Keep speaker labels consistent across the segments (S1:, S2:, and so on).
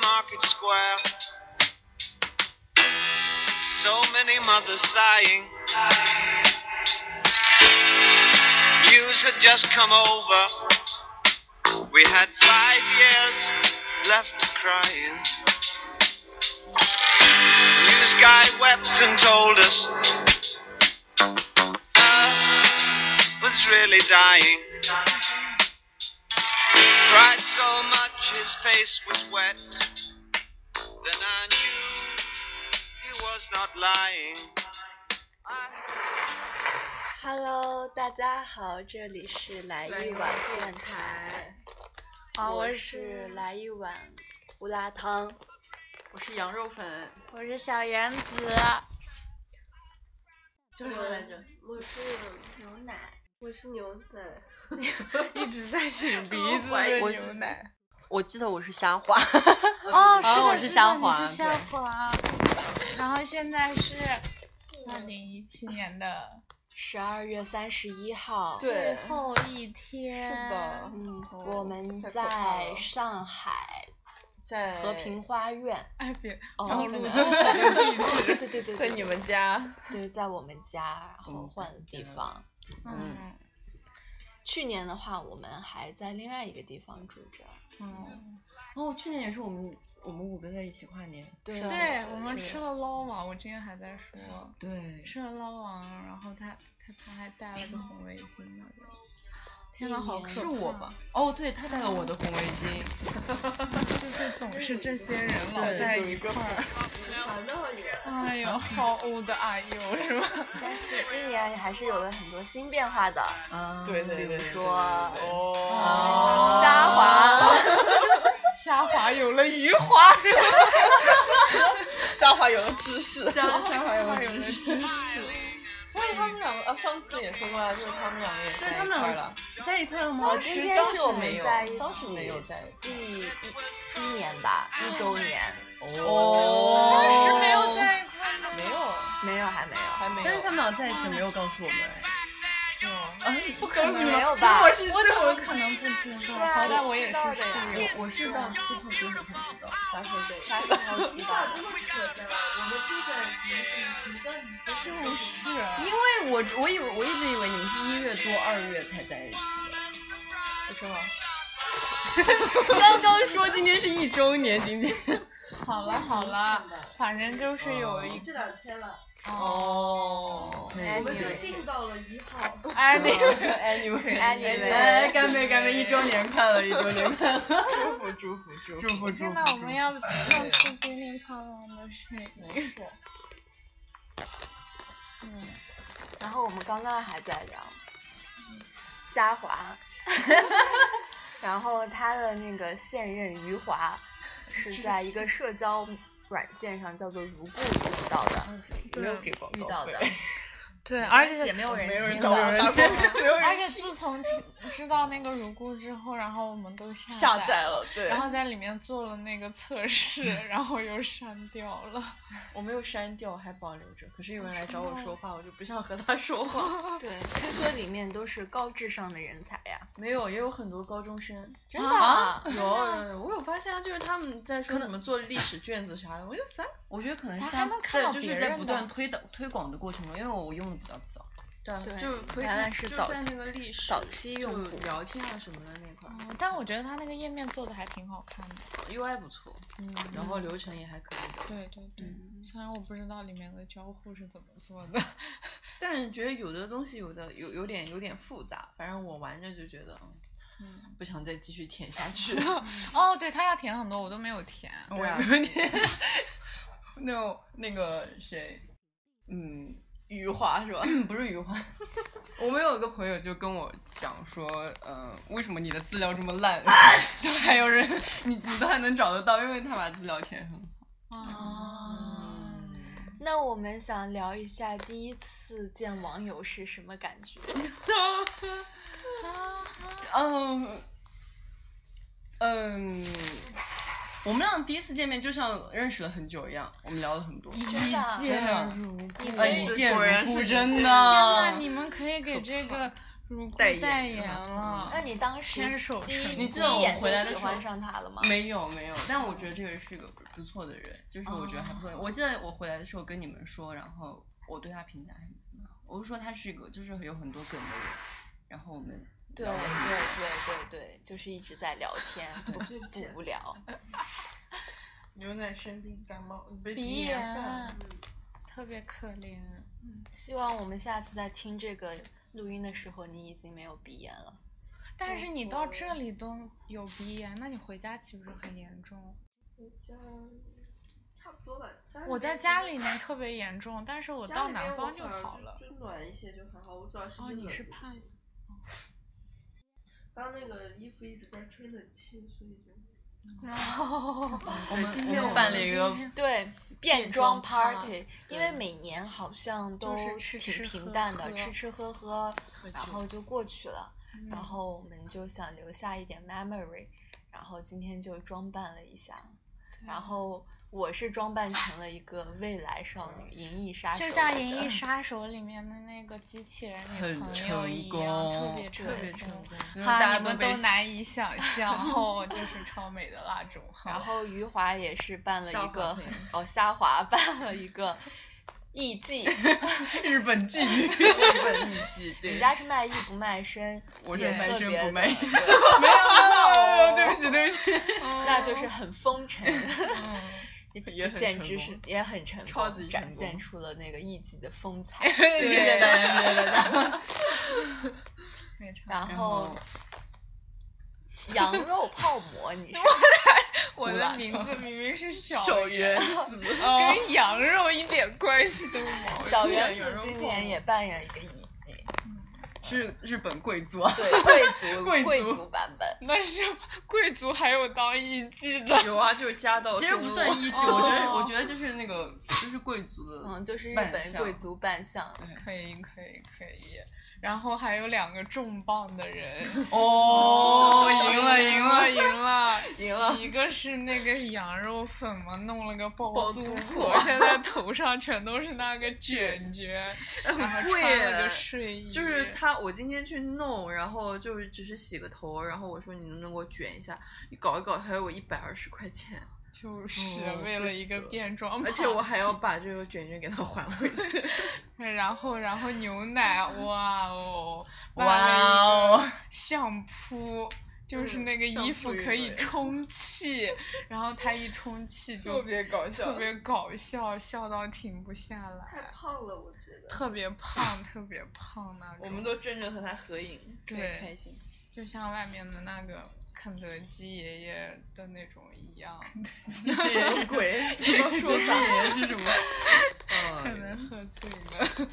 S1: market square. So many mothers sighing. News had just come over. We had five years left crying. News guy wept and told us Earth was really dying. Cried so much his face was wet. Then I knew he was not lying.
S2: Hello，大家好，这里是来一碗电台，
S3: 啊，
S2: 我
S3: 我
S2: 是来一碗胡辣汤。
S3: 我是羊肉粉，
S4: 我是小原子，
S3: 叫啥来着？
S5: 我是
S2: 牛奶，
S5: 我是牛仔，
S4: 一直在擤
S5: 鼻子的
S3: 我
S4: 牛奶。
S3: 我记得我是虾 滑，
S4: 哦，是
S3: 哦我
S4: 的，
S3: 是
S4: 的
S3: 虾
S4: 你
S3: 滑
S4: 是
S3: 对
S4: 虾滑。然后现在是二零一七年的
S2: 十二月三十一号，
S4: 最
S5: 对
S4: 后一天。
S5: 是的
S2: 嗯，
S5: 哦
S2: 我们
S5: 太可怕
S2: 在
S5: 了
S2: 上海
S5: 在
S2: 和平花园。
S4: 哎别，
S2: 哦，
S4: 然后
S2: 在
S4: 录
S2: 哪
S4: 到
S2: 儿对
S4: 地址。
S2: 对 对对，
S5: 在
S2: 对
S5: 你们家，
S2: 对，在我们家，然后
S3: 嗯
S2: 换了地
S3: 在
S2: 方。
S4: 嗯
S2: 去年的话，我们还在另外一个地方住着。
S4: 嗯，
S3: 哦，去年也是我们我们五个在一起跨年。
S2: 对
S4: 对我们
S2: 是
S4: 吃了捞王，我今天还在说
S3: 对，
S4: 吃了捞王，然后他他他还戴了个红围巾呢。天呐，
S2: 一
S4: 好
S2: 年
S4: 可
S3: 是
S4: 怕
S3: 我吧？？哦，对，他戴了我的红围巾。
S4: 就是总是这些人老
S3: 对
S4: 在
S3: 有
S4: 一块儿。
S5: 谈到你了，
S4: 哎呦，好 old are you 是吧？
S2: 但是今年还是有了很多新变化的。
S3: 啊，
S5: 对对
S3: 比
S5: 对，对
S3: 如
S5: 对
S3: 说，
S2: 说
S5: 对
S3: 哦
S2: 虾滑，
S4: 虾滑有了余滑，是吧？
S5: 下滑有了知识，
S4: 虾滑
S5: 下滑
S4: 有
S5: 有
S4: 了
S5: 了
S4: 知
S5: 知识。
S4: 识。
S5: 所以他们两个啊，上次也说过啊，就是他们两个也
S3: 对
S5: 在
S3: 他们
S5: 一块
S3: 两
S5: 儿了
S3: 个。在一块了吗？
S2: 哦
S5: 当
S2: 今
S5: 时
S2: 天
S5: 当
S2: 是
S5: 时
S2: 我们
S5: 没有
S2: 在一，
S5: 当时没有
S2: 起
S5: 在一
S2: 第
S5: 块儿。
S2: 一一年吧，一周年，
S3: 哦
S4: 当时没有在一块吗？
S5: 没有，
S2: 没有，还没有，
S5: 还没有。
S3: 但是他们俩在一起没有告诉我们哎。啊，
S4: 不可能
S2: 没有吧？
S4: 我怎么可能不知道？
S2: 啊
S4: 好歹我也
S2: 我
S4: 是
S2: 知道的呀
S4: 室友。
S3: 我我是到最后最后才知道。
S5: 啥时候在一起
S2: 啥？时候知道？
S4: 就是，
S3: 因为我我以为我一直以为你们是一月多二月才在一起的。
S5: 不是吗？
S3: 刚刚说今天是一周年，今天。
S4: 好了好了，反正就是有一
S6: 这两天了，
S4: 哦，
S3: 哦。
S2: 哎
S6: 我们就
S2: 对
S6: 定到了一号。
S4: 哎那个
S3: Anyway，
S2: Anyway，
S3: 哎，干杯干杯！一周年快乐，一周年快乐！祝福祝福祝福祝福
S4: 天呐，我们要弄出叮铃哐啷的声音。嗯，
S2: 然后我们刚刚还在聊虾滑，然后他的那个现任余华是在一个社交软件上叫做如故遇到的，
S5: 没有给广
S2: 遇
S5: 告
S2: 到
S5: 费
S2: 的，
S4: 对，而
S2: 也
S4: 且
S2: 没有人
S5: 没有人
S2: 听
S5: 懂
S2: 的。
S5: 人家 没 有
S4: 而
S5: 人
S4: 且自从听知道那个如故之后，然后我们都下
S5: 下
S4: 载
S5: 载。 了，对。
S4: 然后在里面做了那个测试，然后又删掉了。
S5: 我没有删掉，还保留着。可是有人来
S2: 哦
S5: 找我说话，我就不想和他说话。
S2: 对，QQ 里面都是高智商的人才呀，
S5: 没有，也有很多高中生。
S2: 真的啊。
S5: 有有有，我有发现啊，就是他们在说什么做历史卷子啥的，我就啥。
S3: 我觉得可能是
S4: 咱
S3: 他
S4: 还能看
S3: 在
S4: 到
S3: 就是
S4: 别
S3: 在
S4: 人
S3: 不
S4: 的
S3: 断推导推广的过程中，因为我用的比较早。
S5: 对啊，
S2: 对
S5: 就是可以
S2: 原来
S5: 看，
S2: 是
S5: 就
S2: 早
S5: 在
S2: 期
S5: 那个历史
S2: 早期用
S5: 就
S2: 户
S5: 聊天啊什么的那块儿、
S4: 嗯，但我觉得它那个页面做的还挺好看的。
S2: 哦
S5: u i 不错，
S4: 嗯，
S5: 然后流程也还可以的。
S4: 对对对，
S2: 嗯
S4: 虽然我不知道里面的交互是怎么做的。
S5: 但是觉得有的东西有的有有点有点复杂，反正我玩着就觉得，嗯，不想再继续舔 下去。
S4: 哦，对，它要填很多，我都没有填。
S3: 我也没有点。那那个谁，嗯，
S5: 余华是吧？
S3: 不是余华，我们有一个朋友就跟我讲说，嗯、为什么你的资料这么 烂？都还有人，你你都还能找得到，因为他把资料填上。
S4: 啊
S3: 啊
S2: 哦，啊那我们想聊一下第一次见网友是什么感觉？
S3: 嗯嗯，我们俩第一次见面就像认识了很久一样，我们聊了很多。
S2: 真的啊，
S3: 见
S4: 如故。
S2: 你
S3: 啊，
S2: 们
S3: 一见
S5: 果然
S3: 如
S5: 是
S3: 故，
S5: 一
S3: 真
S5: 见
S4: 啊
S3: 的。
S4: 天呐，你们可以给这个如果
S5: 代言
S4: 代
S5: 了
S4: 言了，
S2: 那你当时
S4: 牵手
S2: 第一
S4: 成
S3: 你
S2: 第
S3: 知道
S2: 一
S3: 我
S2: 眼
S3: 回
S2: 就
S3: 来的
S2: 喜
S3: 时
S2: 欢
S3: 候
S2: 上他了吗？
S3: 没有没有，但我觉得这个是个不错的人，就是我觉得还不错。
S2: 哦
S3: 我记得我回来的时候跟你们说，然后我对他评价还蛮好，我是说他是一个就是有很多梗的人，然后我们
S2: 对
S3: 聊
S2: 对
S3: 了一下
S2: 对对对，就是一直在聊天，不不无聊。
S5: 牛奶生病感冒被
S4: 鼻炎
S5: 犯
S4: 啊，特别可怜。
S2: 希望我们下次在听这个录音的时候，你已经没有鼻炎了。
S4: 但是你到这里都有鼻炎，那你回家岂不是很严重？
S6: 嗯差不多吧。家里
S4: 我在
S6: 面
S4: 家
S6: 就
S4: 里面特别严重，但是我
S6: 家
S4: 到
S6: 里
S4: 南
S6: 面我
S4: 方就
S6: 反而
S4: 好了。
S6: 就暖一些就还好，我主要是
S4: 哦
S6: 因为
S4: 你
S6: 冷
S4: 是
S6: 不
S4: 怕
S6: 行刚那个衣服一直在吹冷气，所以就
S3: 我们
S4: 今
S3: 我
S4: 天
S3: 们
S4: 我
S3: 办
S4: 们
S3: 了一
S4: 今
S3: 个
S4: 天
S2: 对，变
S3: 变
S2: 装
S3: 装趴
S2: party，因为每年好像都
S4: 是
S2: 挺
S4: 吃吃
S2: 平
S4: 喝
S2: 淡的，
S4: 喝
S2: 吃吃喝喝，
S5: 喝
S2: 然
S5: 酒
S2: 后就过去了。然
S4: 嗯
S2: 后我们就想留下一点 memory，然后今天就装扮了一下，然后我是装扮成了一个未来少女，银翼杀手，
S4: 就像《银翼 杀手》里面的那个机器人女
S3: 很
S4: 朋友
S3: 成
S4: 一样，特
S3: 功
S4: 别
S2: 对
S4: 特
S2: 很
S4: 别
S2: 成
S4: 成功，
S3: 因为
S4: 哈
S3: 大家
S4: 你们
S3: 被
S4: 都难以想象，哦，就是超美的那种哈。
S2: 然后余华也是办了
S5: 夏
S2: 一个
S5: 华配
S2: 哦，虾滑办了一个艺 妓，
S3: 日本妓女。
S5: 日本艺伎对
S2: 人家是卖艺不卖身，
S3: 我
S2: 也
S3: 是
S2: 特
S3: 半身
S2: 别
S3: 不
S2: 的
S3: 卖艺
S2: 对
S3: 没有没有，没有对不起对不起。
S2: 那就是很风尘，
S4: 嗯，
S2: 也
S5: 也很
S2: 简
S5: 成
S2: 直
S5: 功
S2: 是也很成功，
S5: 超级
S2: 展
S5: 成
S2: 现
S5: 功
S2: 出了那个艺妓的风采。
S3: 谢谢大家谢谢大家。
S4: 非常
S2: 然
S3: 然
S2: 后
S3: 后
S2: 羊肉泡馍，你是 胡
S4: 我的
S2: 乱
S4: 名字明明是
S5: 小
S4: 小
S5: 圆
S4: 圆，
S5: 子，
S4: 跟羊肉一点关系都没有。
S2: 小
S4: 居然
S2: 圆
S4: 有
S2: 子
S4: 人
S2: 今
S4: 碰
S2: 年
S4: 我
S2: 也扮演一个艺妓，
S3: 是日本贵族啊，
S2: 对贵族
S3: 贵族
S2: 族版本。
S4: 那是贵族还有当艺妓的，
S5: 有啊，就是家道
S3: 其实不
S5: 中
S3: 算
S5: 落
S3: 一级，我觉得
S4: 哦
S3: 我觉得就是那个就是贵族的，
S5: 哦
S2: 嗯，就是日
S3: 扮
S2: 本
S3: 相
S2: 贵族扮相，
S4: 可以可以可以。然后还有两个重磅的人，
S3: 哦， 赢了赢了赢
S4: 赢了！
S5: 赢了。
S4: 一个是那个羊肉粉嘛，弄了个包
S5: 包
S4: 租
S5: 租
S4: 婆，现在头上全都是那个卷卷，
S5: 哎
S4: 然
S5: 很
S4: 后
S5: 贵
S4: 穿了
S5: 哎
S4: 个睡
S2: 嗯
S4: 衣，
S5: 就是他，我今天去弄，然后就是只是洗个头，然后我说你能不能给我卷一下，你搞一搞，他要我一百二十 块钱，
S4: 就是
S5: 哦
S4: 为了一个
S5: 贵死了
S4: 变装，
S5: 而且我还要把这个卷卷给他还回去。
S4: 哎然后，然后牛奶，哇哦，
S3: 哇哦，
S4: 相扑。就是
S5: 嗯
S4: 那个
S5: 相
S4: 衣服
S5: 扑运
S4: 可以
S5: 动员
S4: 充气，然后他一充 气就
S5: 搞
S4: 特别搞笑，笑到停不下
S6: 太
S4: 来，
S6: 胖了，我觉得。
S4: 特别胖，特别胖那种。
S5: 我们都争着和他合影，特别
S4: 对
S5: 开心。
S4: 就像外面的那个肯德基爷爷的那种一样，
S5: 什么鬼？什么说法？
S3: 了，是什么？
S4: 可
S5: 嗯，
S4: 能喝醉了。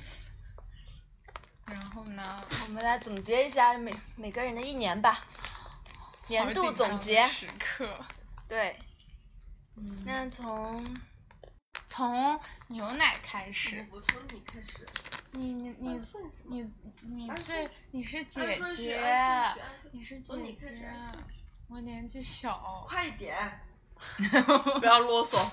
S4: 然后呢？
S2: 我们来总结一下每每个人的一年吧，年
S4: 好
S2: 度
S4: 紧张啊
S2: 总
S4: 的
S2: 结。
S4: 时刻。
S2: 对，那从
S4: 从牛奶开始，
S6: 我从你开始，
S4: 你你你
S6: 按顺序吗
S4: 你你
S6: 按顺
S4: 最
S6: 序
S4: 你是
S6: 按
S4: 姐
S6: 顺序
S4: 姐，
S6: 按顺序按顺序
S4: 你是姐
S6: 从你开始
S4: 姐啊
S6: 按顺序，
S4: 我年纪小，
S6: 快一点！
S5: 哎不要啰嗦，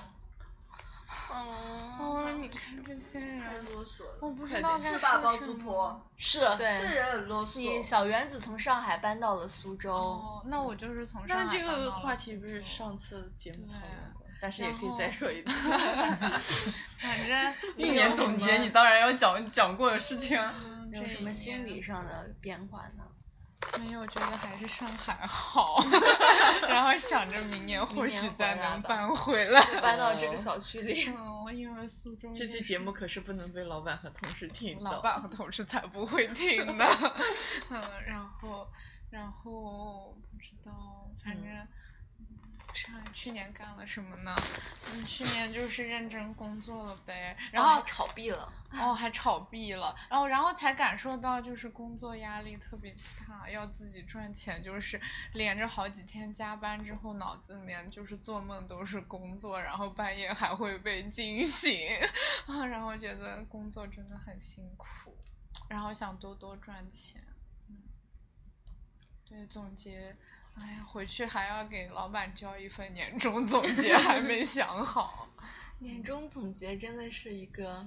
S2: 嗯，
S4: 哦，你看这些
S6: 太
S4: 人，
S6: 啰嗦了，
S4: 我不知
S5: 快
S4: 道该
S5: 点
S6: 是
S4: 说
S6: 吧，包
S4: 什
S6: 租
S4: 么
S6: 婆？
S5: 是啊
S4: 嗯
S6: 这
S2: 对，
S6: 人很啰嗦。
S2: 你小圆子从上海搬到了苏州，
S4: 哦，那我就是从上
S5: 那
S4: 海
S5: 这
S4: 搬
S5: 个
S4: 到了
S5: 话题
S4: 苏
S5: 不是
S4: 州
S5: 上次节目讨
S3: 啊
S5: 论过，但是也
S4: 然
S5: 可以再说一次。
S4: 反正
S3: 一年总 结，你当然要讲讲过的事情啊。
S2: 有
S4: 这
S2: 什
S4: 一
S2: 么心
S4: 年
S2: 理上的变化呢？
S4: 没有觉得还是上海好，然后想着明年或
S2: 明
S4: 许
S2: 年回
S4: 再
S2: 来
S4: 能
S2: 吧
S4: 搬回来。
S2: 就搬到这个小区里，
S4: 嗯，因为苏州
S5: 这
S4: 就
S5: 期
S4: 是
S5: 节目可是不能被老板和同事听到。
S4: 老板和同事才不会听呢。嗯，然后，然后不知道，反正上去年干了什么呢？嗯，去年就是认真工作了呗，然
S2: 然后
S4: 后
S2: 还哦炒币了。
S4: 哦还炒币了，然后然后才感受到就是工作压力特别大，要自己赚钱，就是连着好几天加班之后，脑子里面就是做梦都是工作，然后半夜还会被惊醒 啊，然后觉得工作真的很辛苦，然后想多多赚钱。嗯，对，总结。哎呀，回去还要给老板交一份年终总结，还 没想好。
S2: 年终总结真的是一个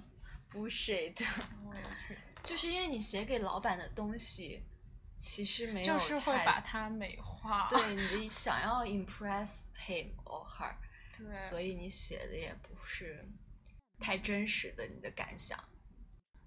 S2: bullshit，
S4: 然后我去
S2: 就是因为你写给老板的东西其实没有
S4: 就是会
S2: 太
S4: 把它美化。
S2: 对你想要 impress him or her，
S4: 对，
S2: 所以你写的也不是太真实的你的感想。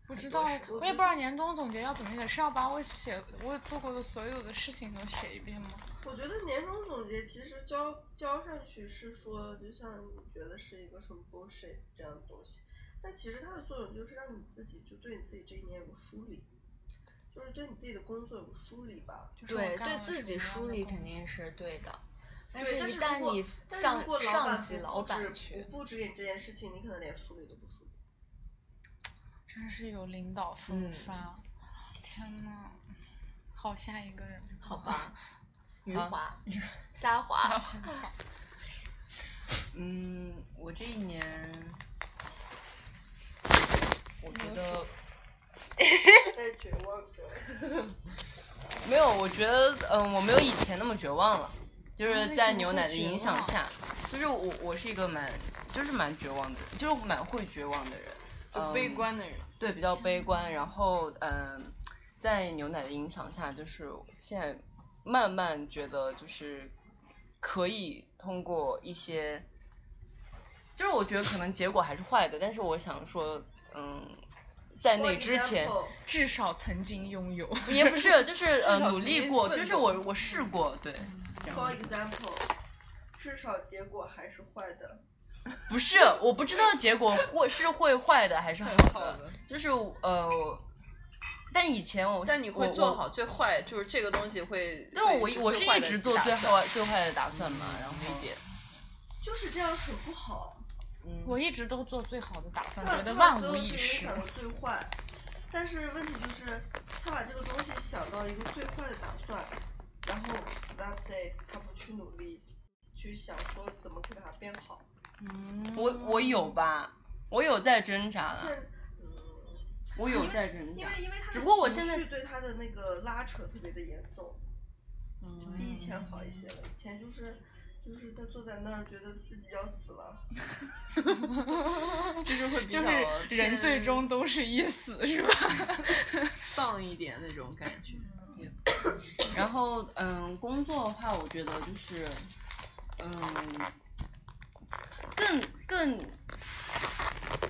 S4: 不
S2: 很
S4: 知
S2: 多
S4: 道
S2: 时候，
S4: 我也不知道年终总结要怎么写，是要把我写我做过的所有的事情都写一遍吗？
S6: 我觉得年终总结其实交交上去是说，就像你觉得是一个什么 bullshit 这样的东西，但其实它的作用就是让你自己就对你自己这一年有个梳理，就是对你自己的工作有个梳理吧。
S4: 就是我
S2: 对，
S4: 干
S2: 对
S4: 了
S2: 自
S4: 什
S2: 己
S4: 么
S2: 梳
S4: 样的
S2: 理
S4: 工
S2: 肯定是对的，但
S6: 对
S2: 是
S6: 但
S2: 一
S6: 是如
S2: 旦
S6: 果
S2: 你
S6: 但是如
S2: 向
S6: 果老板
S2: 上
S6: 不
S2: 级
S6: 布
S2: 老
S6: 置
S2: 板去，
S6: 不布置你这件事情，你可能连梳理都不梳理。
S4: 作，真是有领导风
S2: 嗯
S4: 范。啊天呐，好下一个人，
S2: 好 吧？啊余
S3: 好
S2: 华，虾滑，
S3: 嗯，我这一年，我
S4: 嗯
S3: 觉得
S6: 在绝望着。
S3: 没有，我觉得嗯，我没有以前那么绝望了，就
S4: 啊为什
S3: 是
S4: 么
S3: 在
S4: 会
S3: 牛奶的
S4: 绝
S3: 影响
S4: 望
S3: 下，就是我我是一个蛮就是蛮绝望的，就是蛮会绝望的人，
S5: 就悲
S3: 嗯
S5: 观的人，
S3: 对，比较悲观。然后，嗯，在牛奶的影响下，就是现在慢慢觉得就是可以通过一些，就是我觉得可能结果还是坏的，但是我想说，嗯，在那之前。
S4: 至少曾经拥有。
S3: 也不是，就是呃，
S5: 少
S3: 努
S5: 曾
S3: 力
S5: 经
S3: 过，
S5: 奋
S3: 就是
S5: 斗
S3: 我我试过，对，这样
S6: For
S3: 子
S6: example，至少结果还是坏的。
S3: 不是，我不知道结 果会是会坏的还是好
S5: 好
S3: 的，
S5: 的。
S3: 就是呃，但以前我
S5: 但你
S3: 我
S5: 会
S3: 我
S5: 做好最坏，就是这个东西会。
S3: 对，我我是一直做最坏最坏的打算嘛，
S5: 嗯
S3: 然后理解。
S6: 就是这样很不好，
S4: 我一直都做最好的打
S6: 他
S4: 算，
S6: 把
S4: 觉得
S6: 他把
S4: 万
S6: 所
S4: 无
S6: 有
S4: 一
S6: 事
S4: 失
S6: 情。想的最坏，但是问题就是他把这个东西想到一个最坏的打算，然后 that's it，他不去努力去想说怎么可以把它变好。
S3: 我我有吧，我有在挣扎
S6: 现
S3: 了，
S6: 嗯，
S3: 我有在挣扎
S6: 因。为因为他的
S3: 只不过我
S6: 情
S3: 现在
S6: 绪对他的那个拉扯特别的严重，比
S3: 嗯
S6: 以前好一些了。以前就是就是在坐在那儿觉得自己要死了，
S5: 就是会比
S4: 就
S5: 较
S4: 是人最
S5: 偏
S4: 终都是一死，是吧？
S5: 丧一点那种感觉。
S4: 嗯
S3: 然后嗯，工作的话，我觉得就是嗯，更更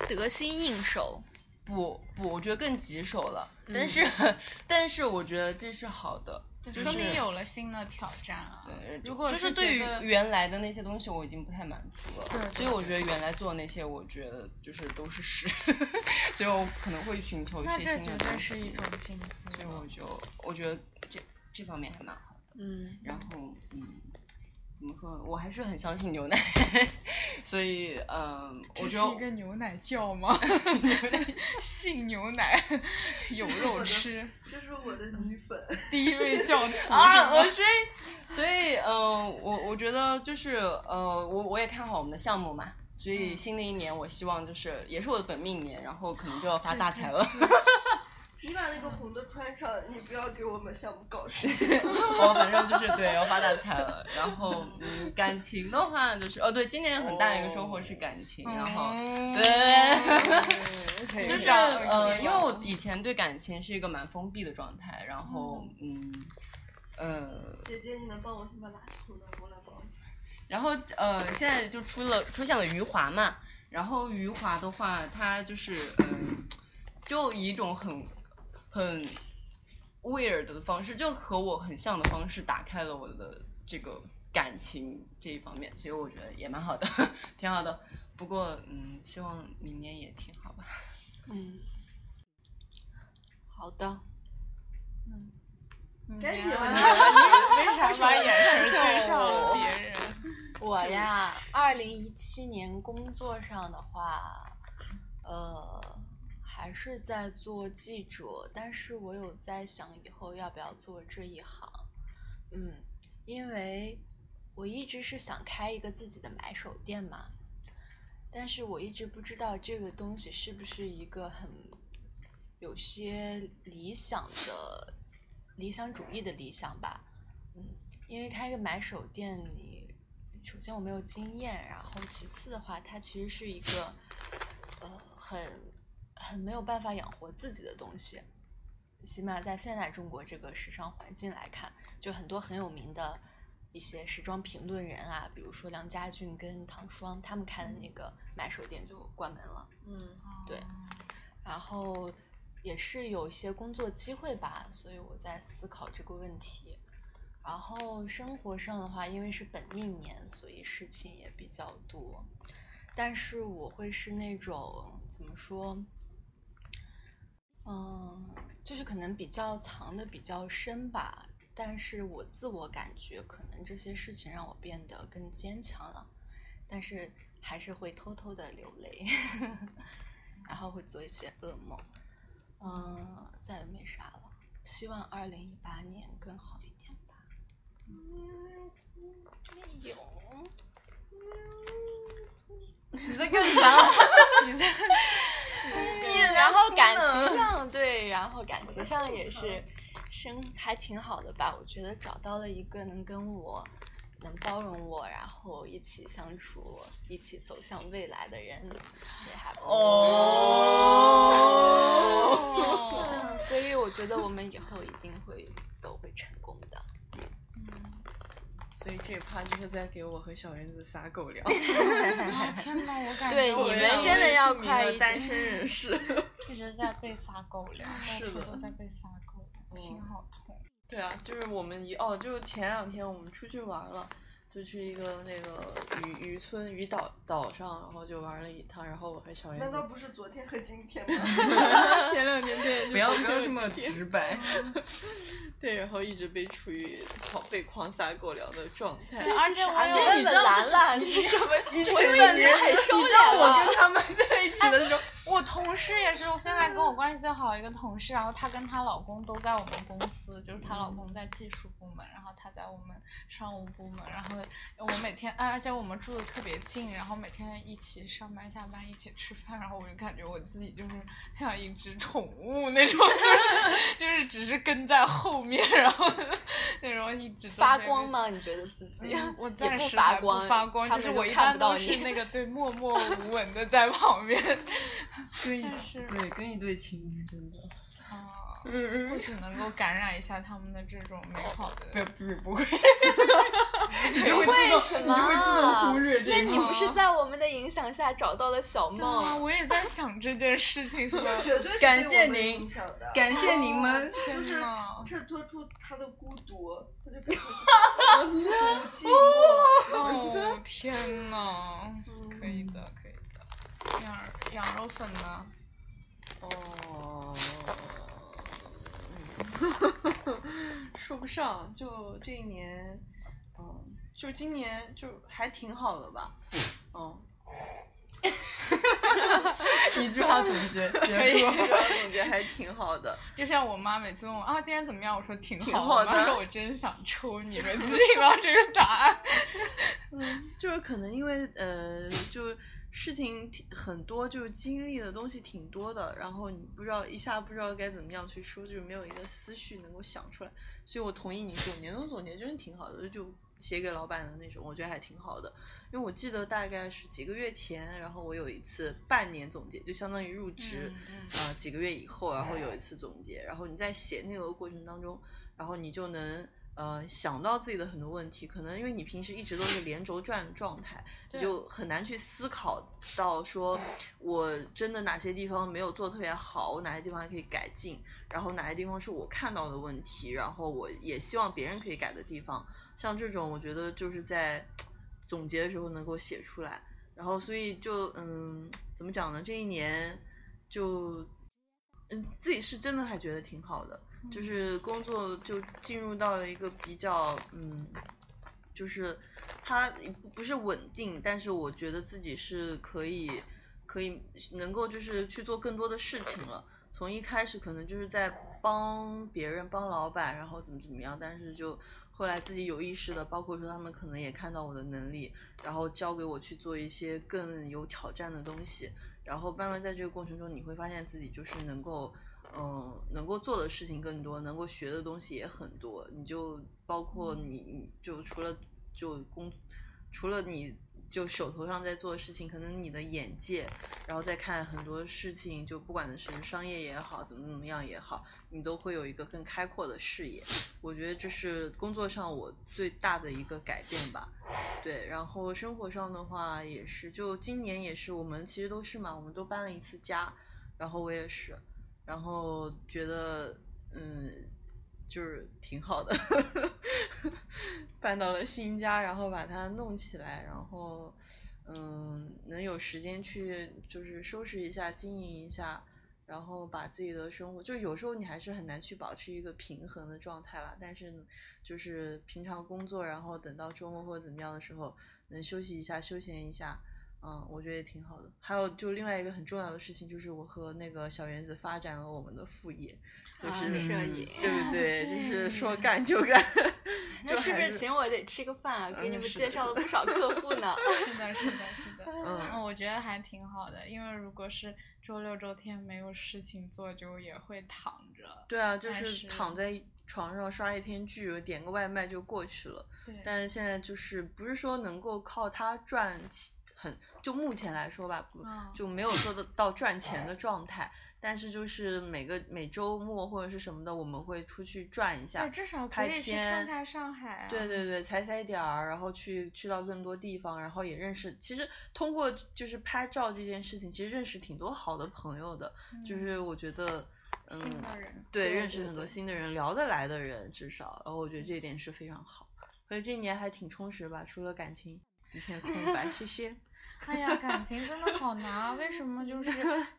S2: 得心应手。
S3: 不不，我觉得更棘手了。但是
S4: 嗯
S3: 但是，我觉得这是好的。
S4: 就说明有了新的挑战啊。
S3: 对，
S4: 如果
S3: 就是
S4: 是
S3: 对
S4: 觉得
S3: 于原来的那些东西，我已经不太满足了。
S4: 对对
S3: 所以我觉得原来做的那些，我觉得就是都是屎， 所以我可能会寻求一
S4: 那
S3: 些
S4: 这
S3: 新
S4: 绝
S3: 的
S4: 对
S3: 东
S4: 是一
S3: 西
S4: 种。进步了。
S3: 所以我就我觉得这这方面还蛮好。
S2: 嗯，
S3: 然后嗯，怎么说呢？我还是很相信牛奶， 所以嗯，
S4: 这
S3: 我
S4: 是
S3: 觉
S4: 一
S3: 得
S4: 个牛奶教吗？ 信牛奶，有肉吃，
S6: 这是我的女粉。
S4: 第一位教徒
S3: 啊，
S4: 是
S3: 我
S4: 吗
S3: 所以所以嗯、呃我我觉得就是呃，我我也看好我们的项目嘛。所
S4: 嗯
S3: 以新的一年，我希望就是也是我的本命年，然后可能就要发大财了。
S6: 你把那个红的穿上，你不要给我们项目搞事 情。
S3: 我反正就是对要发大财了。然后嗯，感情的话就是哦，对，今年很大一个收获是感情，然后
S4: 嗯
S3: 对，
S4: 可以
S3: 就是
S4: 这样
S3: 呃，因为我以前对感情是一个蛮封闭的状态，然后嗯呃，
S6: 姐姐，你能帮我先把垃圾桶拿过来吗？
S3: 然后呃，现在就出了出现了余华嘛，然后余华的话，他就是嗯、呃，就以一种很很 weird 的方式，就和我很像的方式，打开了我的这个感情这一方面，所以我觉得也蛮好的， 挺好的。不过嗯，希望明年也挺好吧。
S2: 嗯，好的。
S6: 该你
S4: 啊
S6: 了。
S4: 你为啥把眼神对上了别人？
S2: 我呀，二零一七年工作上的话，呃，还是在做记者，但是我有在想以后要不要做这一行，嗯，因为我一直是想开一个自己的买手店嘛，但是我一直不知道这个东西是不是一个很有些理想的理想主义的理想吧，嗯，因为开个买手店，你首先我没有经验，然后其次的话，它其实是一个呃很很没有办法养活自己的东西。起码在现在中国这个时尚环境来看，就很多很有名的一些时装评论人啊，比如说梁家俊跟唐双，他们开的那个买手店就关门了。
S5: 嗯，
S2: 对然后也是有一些工作机会吧，所以我在思考这个问题。然后生活上的话，因为是本命年，所以事情也比较多。但是我会是那种怎么说？嗯，就是可能比较藏的比较深吧。但是我自我感觉，可能这些事情让我变得更坚强了，但是还是会偷偷的流泪。 然后会做一些噩梦，嗯，再也没啥了。希望二零一八年更好一点吧。嗯没有，
S5: 你在干 啥？
S4: 你在
S2: 然后感情上对，然后感情上也是，生还挺好的吧。我觉得找到了一个能跟我。能包容我，然后一起相处，一起走向未来的人，也还不错。
S5: 哦，
S2: 嗯， 所以我觉得我们以后一定会都会成功的。
S4: 嗯
S5: 所以这一趴就是在给我和小圆子撒狗 粮。
S4: 啊天呐，我感觉
S2: 对
S4: 我
S2: 你
S5: 作
S2: 们
S5: 为两
S2: 真的
S5: 位
S2: 要
S5: 著名
S2: 快
S5: 的
S2: 一
S5: 单
S2: 点
S5: 身人 士。
S4: 一直在被撒狗粮，到
S5: 是
S4: 处
S5: 的
S4: 都在被撒狗粮，心
S5: 嗯
S4: 好痛。
S5: 对啊，就是我们一哦，就是前两天我们出去玩了，就去一个那个渔渔村渔岛岛上，然后就玩了一趟，然后我和小圆
S6: 难道
S5: 子
S6: 不是昨天和今天 吗？
S5: 前两天对， 就
S3: 不要
S5: 昨
S3: 不
S5: 天
S3: 要
S5: 和
S3: 这么
S5: 今天
S3: 直白。
S5: 对，然后一直被处于狂被狂撒狗粮的状态。
S4: 而且我有
S2: 问
S5: 你
S2: 问
S5: 知道
S2: 兰
S5: 这是
S2: 兰，你什么？
S5: 你这
S2: 我已
S5: 是算
S2: 经
S5: 是
S2: 很收
S5: 你知
S2: 敛
S5: 道我
S2: 了
S5: 跟他们在一起的 时候，
S4: 我同事也是，我现在跟我关系最好的一个同事，然后她跟她老公都在我们公司，就是她老公在技术部门，然后她在我们商务部门，然后我每天，啊而且我们住的特别近，然后每天一起上班下班，一起吃饭，然后我就感觉我自己就是像一只宠物那种，就是就是只是跟在后面，然后那种一直都
S2: 发
S4: 被
S2: 光吗？你觉得自己？
S4: 嗯我
S2: 也
S4: 暂
S2: 不
S4: 时
S2: 发
S4: 还
S2: 光，
S4: 发光，
S2: 他
S4: 就
S2: 们
S4: 是我一
S2: 看
S4: 般
S2: 不
S4: 都
S2: 到
S4: 是
S2: 你。
S4: 那个对默默无闻的在旁边。
S3: 跟一
S4: 但是
S3: 对跟一对情侣真的
S4: 啊，或许能够感染一下他们的这种美好的。
S5: 不是不会，
S2: 为什么？
S3: 忽略这
S2: 那
S3: 一
S2: 你
S4: 块
S2: 不是在我们的影响下找到了小
S4: 对啊，
S2: 梦？
S4: 我也在想这件事情，是吧？
S6: 绝对是
S3: 感
S6: 对我
S3: 谢
S6: 们
S3: 您
S6: 影响的。
S3: 感谢您
S5: 哦
S3: 们。
S4: 天
S6: 就是
S4: 呐，
S6: 衬托出他的孤独，他就感觉他的孤独寂寞。嗯
S4: 哦天呐，可以的，可以的。羊羊肉粉呢？
S5: 哦，说不上，就这一年，嗯，就今年就还挺好的吧，嗯。 一句话总结结束，一句话总结还挺好的。
S4: 就像我妈每次问我啊今天怎么样，我说挺
S5: 挺
S4: 好。
S5: 好
S4: 我妈
S5: 的
S4: 说我真想抽你，每次听到这个答案。
S5: 嗯，就是可能因为呃，就事情挺很多，就是经历的东西挺多的，然后你不知道一下不知道该怎么样去说，就是没有一个思绪能够想出来。所以我同意你说，年终总结真的挺好的，就写给老板的那种，我觉得还挺好的。因为我记得大概是几个月前，然后我有一次半年总结，就相当于入职。呃几个月以后，然后有一次总结，然后你在写那个过程当中，然后你就能呃想到自己的很多问题，可能因为你平时一直都是连轴转的状态，你
S4: 对
S5: 就很难去思考到说我真的哪些地方没有做特别好，我哪些地方还可以改进，然后哪些地方是我看到的问题，然后我也希望别人可以改的地方，像这种我觉得就是在总结的时候能够写出来。然后所以就嗯，怎么讲呢？这一年就嗯，自己是真的还觉得挺好的，就是工作就进入到了一个比较嗯，就是它不不是稳定，但是我觉得自己是可以可以能够就是去做更多的事情了。从一开始可能就是在帮别人、帮老板，然后怎么怎么样，但是就后来自己有意识的，包括说他们可能也看到我的能力，然后教给我去做一些更有挑战的东西，然后慢慢在这个过程中，你会发现自己就是能够，嗯、能够做的事情更多，能够学的东西也很多。你就包括你，你就除了就工，除了你就手头上在做的事情，可能你的眼界，然后再看很多事情，就不管是商业也好，怎么怎么样也好，你都会有一个更开阔的视野。我觉得这是工作上我最大的一个改变吧。对，然后生活上的话也是，就今年也是，我们其实都是嘛，我们都搬了一次家，然后我也是，然后觉得嗯，就是挺好的， 搬到了新家，然后把它弄起来，然后嗯，能有时间去就是收拾一下、经营一下，然后把自己的生活，就有时候你还是很难去保持一个平衡的状态啦。但是呢就是平常工作，然后等到周末或者怎么样的时候，能休息一下、休闲一下，嗯，我觉得也挺好的。还有就另外一个很重要的事情，就是我和那个小园子发展了我们的副业，就
S2: 啊
S5: 是、嗯
S2: 摄影
S5: 对不对？
S4: 啊
S5: 就是
S4: 对
S5: 说干就干，
S2: 那是不
S5: 还
S2: 是请我得吃个饭啊？给你
S5: 嗯
S2: 们
S5: 是的
S2: 介绍了
S5: 是的
S2: 不少客户呢。
S4: 是的，是的，是的。
S5: 嗯，
S4: 嗯，我觉得还挺好的，因为如果是周六周天没有事情做，就也会躺着。
S5: 对啊，就
S4: 但
S5: 是
S4: 是
S5: 躺在床上刷一天剧，点个外卖就过去了。
S4: 对，
S5: 但是现在就是不是说能够靠它赚起很，就目前来说吧，不
S4: 嗯
S5: 就没有做得到赚钱的状态。但是就是每个每周末或者是什么的，我们会出去转一下
S4: 对，，至少可
S5: 拍
S4: 以去
S5: 片，
S4: 看看上海啊。
S5: 对对对，踩踩点儿，然后去去到更多地方，然后也认识。其实通过就是拍照这件事情，其实认识挺多好的朋友的，
S4: 嗯
S5: 就是我觉得，嗯，
S4: 新的人。
S5: 对，
S2: 对
S5: 认识
S2: 对
S5: 很多
S2: 对
S5: 新的人，聊得来的人，至少，然后我觉得这一点是非常好。所以这一年还挺充实吧，除了感情一片空白。谢谢。
S4: 哎呀，感情真的好难啊！为什么就是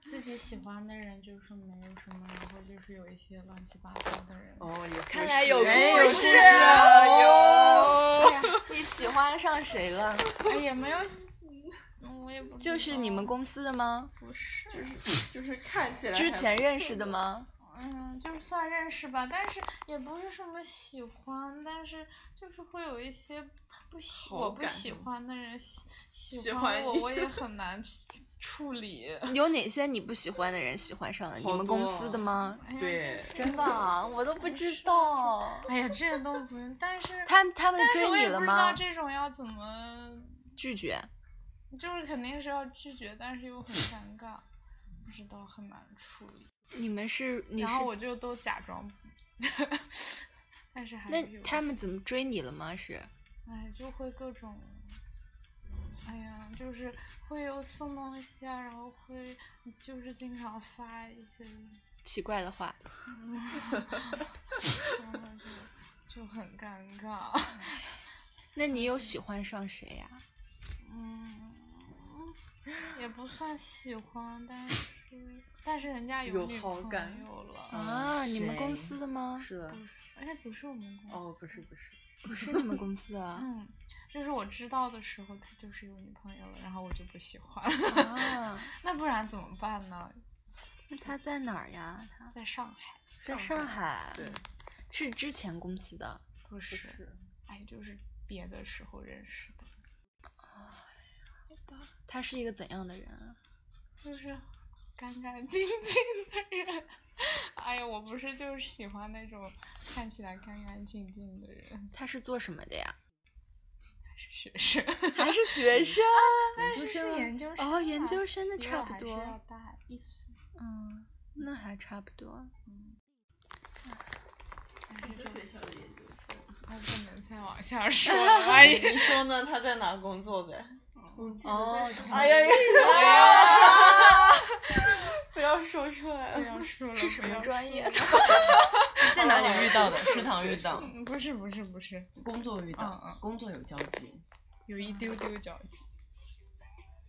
S4: 自己喜欢的人就是没有什么，然后就是有一些乱七八糟的人？
S5: 哦，也不
S2: 看来
S5: 是
S2: 有
S5: 哎
S2: 故
S5: 有
S2: 事
S5: 事啊有。
S4: 哎呀，
S2: 你喜欢上谁了？
S4: 哎也没有，嗯我也不知
S2: 就是你们
S4: 道
S2: 公司的吗？
S4: 不是，
S5: 就是看起来
S2: 之
S5: 还
S2: 前
S5: 不
S2: 认
S5: 错
S2: 识的？吗？
S4: 嗯，就是算认识吧，但是也不是什么喜欢，但是就是会有一些不喜
S5: 好
S4: 我不
S5: 感
S4: 喜
S5: 吗
S4: 欢的人喜喜
S5: 喜欢
S4: 我，
S5: 你
S4: 我也很难处理。 哎
S2: 有哪些你不喜欢的人喜欢上了你
S5: 好
S2: 们
S5: 多
S2: 公
S5: 啊
S2: 司的吗？
S4: 哎呀，
S5: 对
S4: 这
S2: 真的啊、我都不知道。
S4: 哎呀，这个都不用，但是
S2: 他他们
S4: 但是
S2: 追
S4: 我
S2: 你
S4: 也
S2: 了
S4: 不知道
S2: 吗？
S4: 这种要怎么，
S2: 拒绝。
S4: 就是肯定是要拒绝，但是又很尴尬，不知道很难处理。
S2: 你们是你
S4: 然
S2: 是
S4: 后我就都假装不，但是还是
S2: 那
S4: 有
S2: 他们怎么追你了吗？是
S4: 哎，就会各种，哎呀，就是会有送东西啊，然后会就是经常发一些，
S2: 奇怪的话，
S4: 嗯然后就就很尴尬。
S2: 那你有喜欢上谁呀、
S4: 嗯，也不算喜欢，但是但是人家
S5: 有
S4: 女
S5: 好
S4: 朋
S5: 感
S4: 友了，
S5: 嗯
S2: 啊，你们公
S5: 谁
S2: 司的吗？
S5: 是的
S4: 不。是，哎，不是我们公司
S5: 哦，不是不是。
S2: 不是你们公司 啊？
S4: 嗯，就是我知道的时候，他就是有女朋友了，然后我就不喜欢，
S2: 啊，
S4: 那不然怎么办呢？
S2: 那他在哪儿呀？他
S4: 在上海，
S2: 在上海。
S5: 对，
S2: 是之前公司的。
S4: 不
S5: 不
S4: 是，
S5: 是，
S4: 哎，就是别的时候认识的，
S2: 他是一个怎样的人啊？
S4: 就是干干净净的人。哎呀，我不是就是喜欢那种看起来干干净净的人，
S2: 他是做什么的呀？
S4: 是学生，
S2: 还是 学生？
S4: 但
S2: 研究
S4: 是
S2: 生
S4: 是
S2: 啊？
S4: 研究生
S2: 哦，研
S4: 啊
S2: 究生那
S4: 比
S2: 差
S4: 我
S2: 不
S4: 还是
S2: 多。
S4: 要大一岁，
S2: 嗯，那还差不多。
S4: 但
S6: 你
S4: 是就
S6: 的学校的研究生，
S4: 哎不能再往下说了，哎呀，
S5: 你说呢？他在哪工作呗？
S6: 统计的
S2: 哦
S6: 在上
S2: 哎
S5: 呀呀！不要说出来
S4: 不
S5: 了。
S4: 要说了，
S2: 是什
S4: 不
S2: 么
S4: 嗯要
S2: 专
S4: 说
S2: 业
S4: 了
S2: 的？
S3: 在哪里遇到的？食堂遇到，
S4: 嗯不是不是不是，
S3: 工作遇到，
S4: 嗯嗯
S3: 工作有交集。
S4: 有一丢丢交集。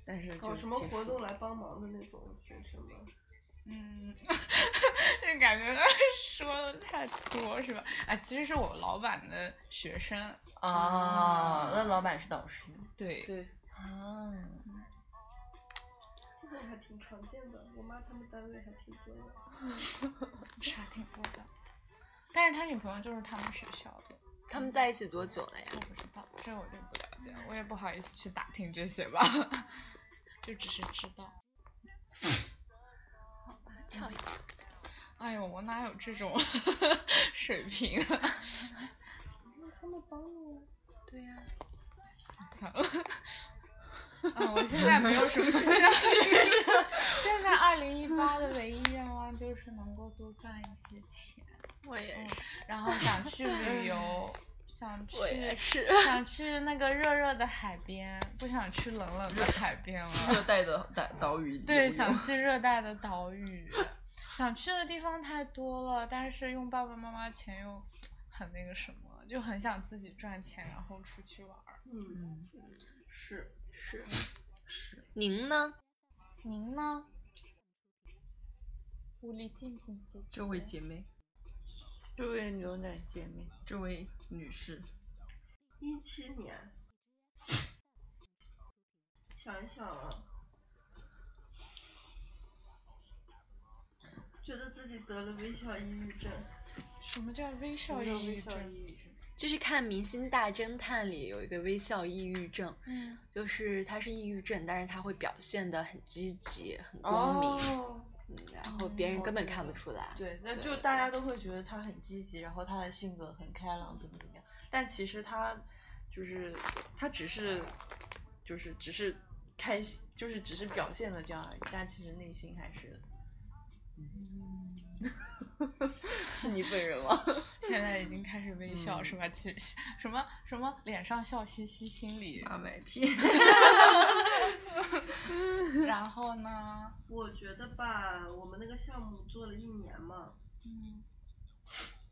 S5: 但是就
S6: 搞哦什么
S5: 结
S6: 活
S5: 束
S6: 动来帮忙的那种学生吗？
S4: 嗯，这感觉说的太多是吧？啊，其实是我老板的学生，
S3: 啊，那老板是导师
S4: 对，
S5: 对，
S3: 啊，
S6: 这种还挺常见的，我妈他们单位还挺多的。
S4: 是还挺多的。但是他女朋友就是他们学校的，
S2: 他们在一起多久了呀
S4: 我？不知道，这我就不了解了，我也不好意思去打听这些吧， 就只是知道。
S2: 翘一翘。
S4: 哎呦，我哪有这种 水平啊？
S6: 那他们帮你啊？
S2: 对呀、
S4: 算了，嗯，我现在没有什么，现在 现在二零一八的唯一愿望就是能够多赚一些钱，嗯
S7: 我
S2: 嗯
S7: 也是，
S4: 然后想去旅游，想去
S7: 我也是。
S4: 想去那个热热的海边，不想去冷冷的海边了。
S3: 热带的岛岛屿。
S4: 对，想去热带的岛屿，想去的地方太多了，但是用爸爸妈妈钱又很那个什么，就很想自己赚钱，然后出去玩儿。
S6: 嗯，
S3: 嗯
S6: 是
S7: 是是，您呢？
S4: 您呢？狐狸静静姐姐，
S3: 这位姐妹，
S5: 这位牛奶姐妹，
S3: 这位女士，
S6: 一七年，想一想啊，觉得自己得了微笑抑郁症，
S4: 什么叫微笑
S6: 有
S4: 抑
S6: 微
S4: 郁
S6: 笑抑
S4: 症？
S6: 郁症，
S2: 就是看《明星大侦探》里有一个微笑抑郁症，
S4: 嗯，
S2: 就是他是抑郁症，但是他会表现的很积极、很光明，
S5: 哦，
S2: 嗯然后别人
S5: 我
S2: 根本
S5: 知
S2: 看不
S5: 道
S2: 出来。
S5: 对，那
S2: 对
S5: 就大家都会觉得他很积极，然后他的性格很开朗，怎么怎么样。但其实他就是他只是就是只是开心，就是只是表现的这样而已，但其实内心还是。
S8: 嗯
S5: 是你本人 吗？
S4: 现在已经开始微笑、
S3: 嗯
S4: 是吧？其实什么什么脸上笑嘻嘻，心里
S3: 妈卖批。
S4: 然后呢？
S6: 我觉得吧，我们那个项目做了一年嘛，
S4: 嗯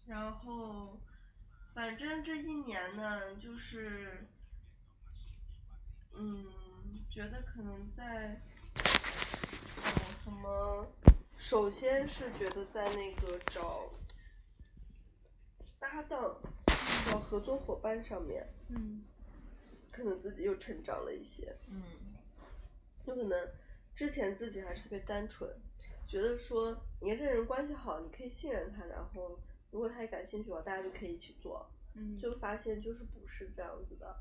S6: 然后，反正这一年呢，就是，嗯，觉得可能在，嗯，什么，首先是觉得在那个找搭档、找合作伙伴上面，
S4: 嗯
S6: 可能自己又成长了一些。
S4: 嗯
S6: 就可能之前自己还是特别单纯，觉得说你跟这个人关系好，你可以信任他，然后如果他也感兴趣的话，大家就可以一起做。
S4: 嗯
S6: 就发现就是不是这样子的，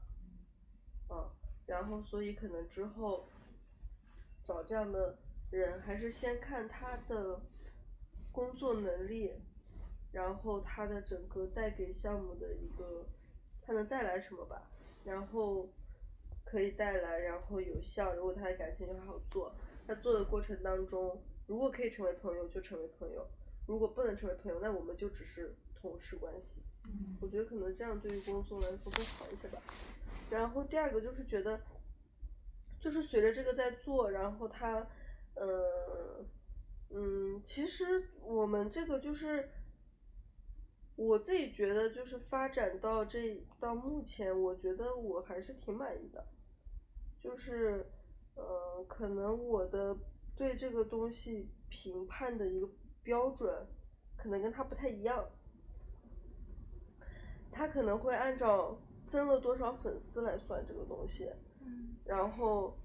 S6: 嗯，然后所以可能之后找这样的人，还是先看他的工作能力，然后他的整个带给项目的一个他能带来什么吧，然后可以带来，然后有效，如果他感兴趣还好做，他做的过程当中，如果可以成为朋友就成为朋友，如果不能成为朋友，那我们就只是同事关系。我觉得可能这样对于工作来说更好一些吧。然后第二个就是觉得，就是随着这个在做，然后他，呃，嗯，其实我们这个就是我自己觉得，就是发展到这到目前，我觉得我还是挺满意的。就是，呃，可能我的对这个东西评判的一个标准，可能跟他不太一样。他可能会按照增了多少粉丝来算这个东西，
S4: 嗯
S6: 然后，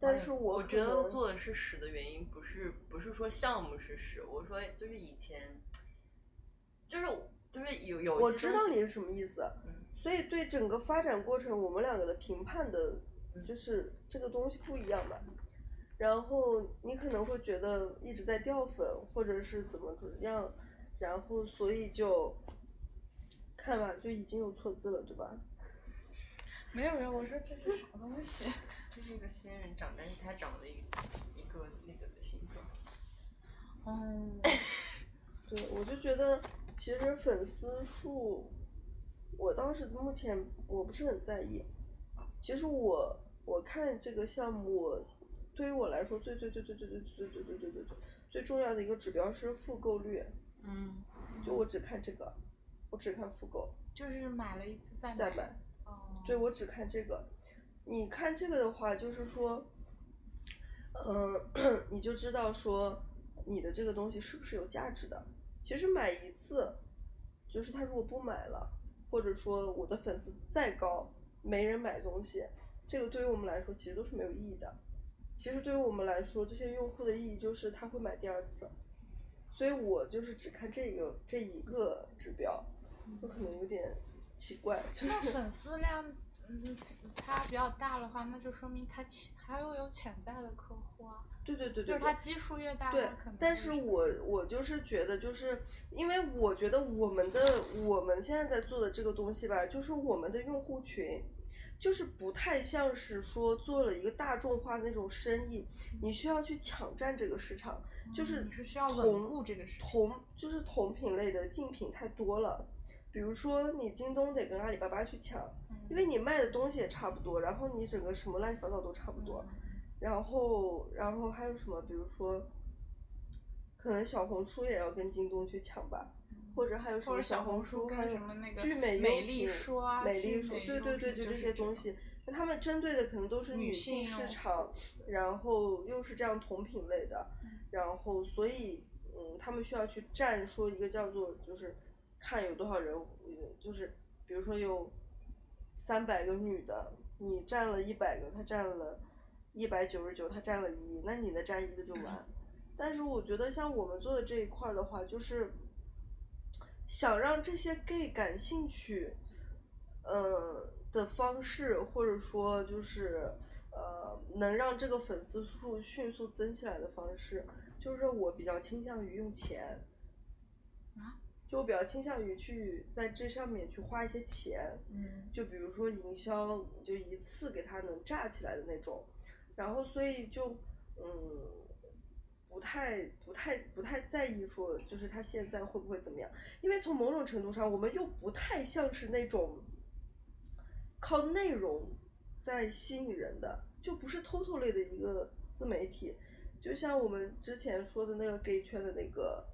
S6: 但是
S8: 我
S6: 可
S8: 觉得
S6: 能
S8: 做的是屎的原因，不是不是说项目是屎，我说就是以前，就是就是有有一
S6: 我
S8: 些
S6: 知
S8: 东
S6: 道
S8: 西
S6: 你是什么意思，
S8: 嗯
S6: 所以对整个发展过程，我们两个的评判的，
S8: 嗯
S6: 就是这个东西不一样吧。然后你可能会觉得一直在掉粉，或者是怎么怎么样，然后所以就看吧，就已经有错字了，对吧？
S4: 没有没有，我说这是啥东西？
S8: 就是一个仙人掌，但是它长了一一个那个的形状。
S4: 嗯，
S6: 对，我就觉得其实粉丝数，我当时目前我不是很在意。其实我我看这个项目，我对于我来说最最最最最最最最最最最最最重要的一个指标是复购率，
S5: 嗯，
S6: 就我只看这个，我只看复购
S4: 就是买了一次再买。
S6: 再买。
S4: 哦。
S6: 对，我只看这个。你看这个的话，就是说，嗯、呃， 你就知道说你的这个东西是不是有价值的。其实买一次，就是他如果不买了，或者说我的粉丝再高，没人买东西，这个对于我们来说其实都是没有意义的。其实对于我们来说，这些用户的意义就是他会买第二次，所以我就是只看这个这一个指标，我可能有点奇怪，就是
S4: 那粉丝量，嗯，它比较大的话，那就说明它潜还有有潜在的客户啊，
S6: 对对对对，
S4: 就是
S6: 对
S4: 它基数越大，
S6: 对
S4: 它可能，
S6: 但
S4: 就是
S6: 我我就是觉得，就是因为我觉得我们的我们现在在做的这个东西吧，就是我们的用户群，就是不太像是说做了一个大众化那种生意，你需要去抢占这个市场，就是
S4: 嗯你是需要稳
S6: 同
S4: 固这个市场
S6: 同就是同品类的竞品太多了。比如说，你京东得跟阿里巴巴去抢，
S4: 嗯
S6: 因为你卖的东西也差不多，然后你整个什么乱七八糟都差不
S4: 嗯
S6: 多，然后然后还有什么，比如说，可能小红书也要跟京东去抢吧，或者还有
S4: 嗯
S6: 什
S4: 或
S6: 么
S4: 者小
S6: 红
S4: 红书
S6: 还
S4: 跟
S6: 有
S4: 什么那个
S6: 聚美
S4: 美
S6: 优
S4: 丽
S6: 品
S4: 说啊
S6: 美
S4: 聚
S6: 丽说，
S4: 美
S6: 对
S4: 优
S6: 对对，
S4: 品就
S6: 这
S4: 是
S6: 些
S4: 这种
S6: 东西。那他们针对的可能都是
S4: 女
S6: 性
S4: 性啊
S6: 市
S4: 用
S6: 场，然后又是这样同品类的，
S4: 嗯
S6: 然后所以嗯，他们需要去站说一个叫做就是看有多少人，呃就是比如说有三百个女的，你占了一百个，她占了一百九十九，她占了一，那你的占一个就完。 但是我觉得像我们做的这一块儿的话，就是想让这些 gay 感兴趣，呃的方式，或者说就是呃能让这个粉丝数迅速增起来的方式，就是我比较倾向于用钱。
S4: 啊？
S6: 就我比较倾向于去在这上面去花一些钱，
S4: 嗯
S6: 就比如说营销，就一次给它能炸起来的那种，然后所以就嗯，不太不太不太在意说就是他现在会不会怎么样，因为从某种程度上，我们又不太像是那种靠内容在吸引人的，就不是 total 类的一个自媒体，就像我们之前说的那个 gay 圈的那个，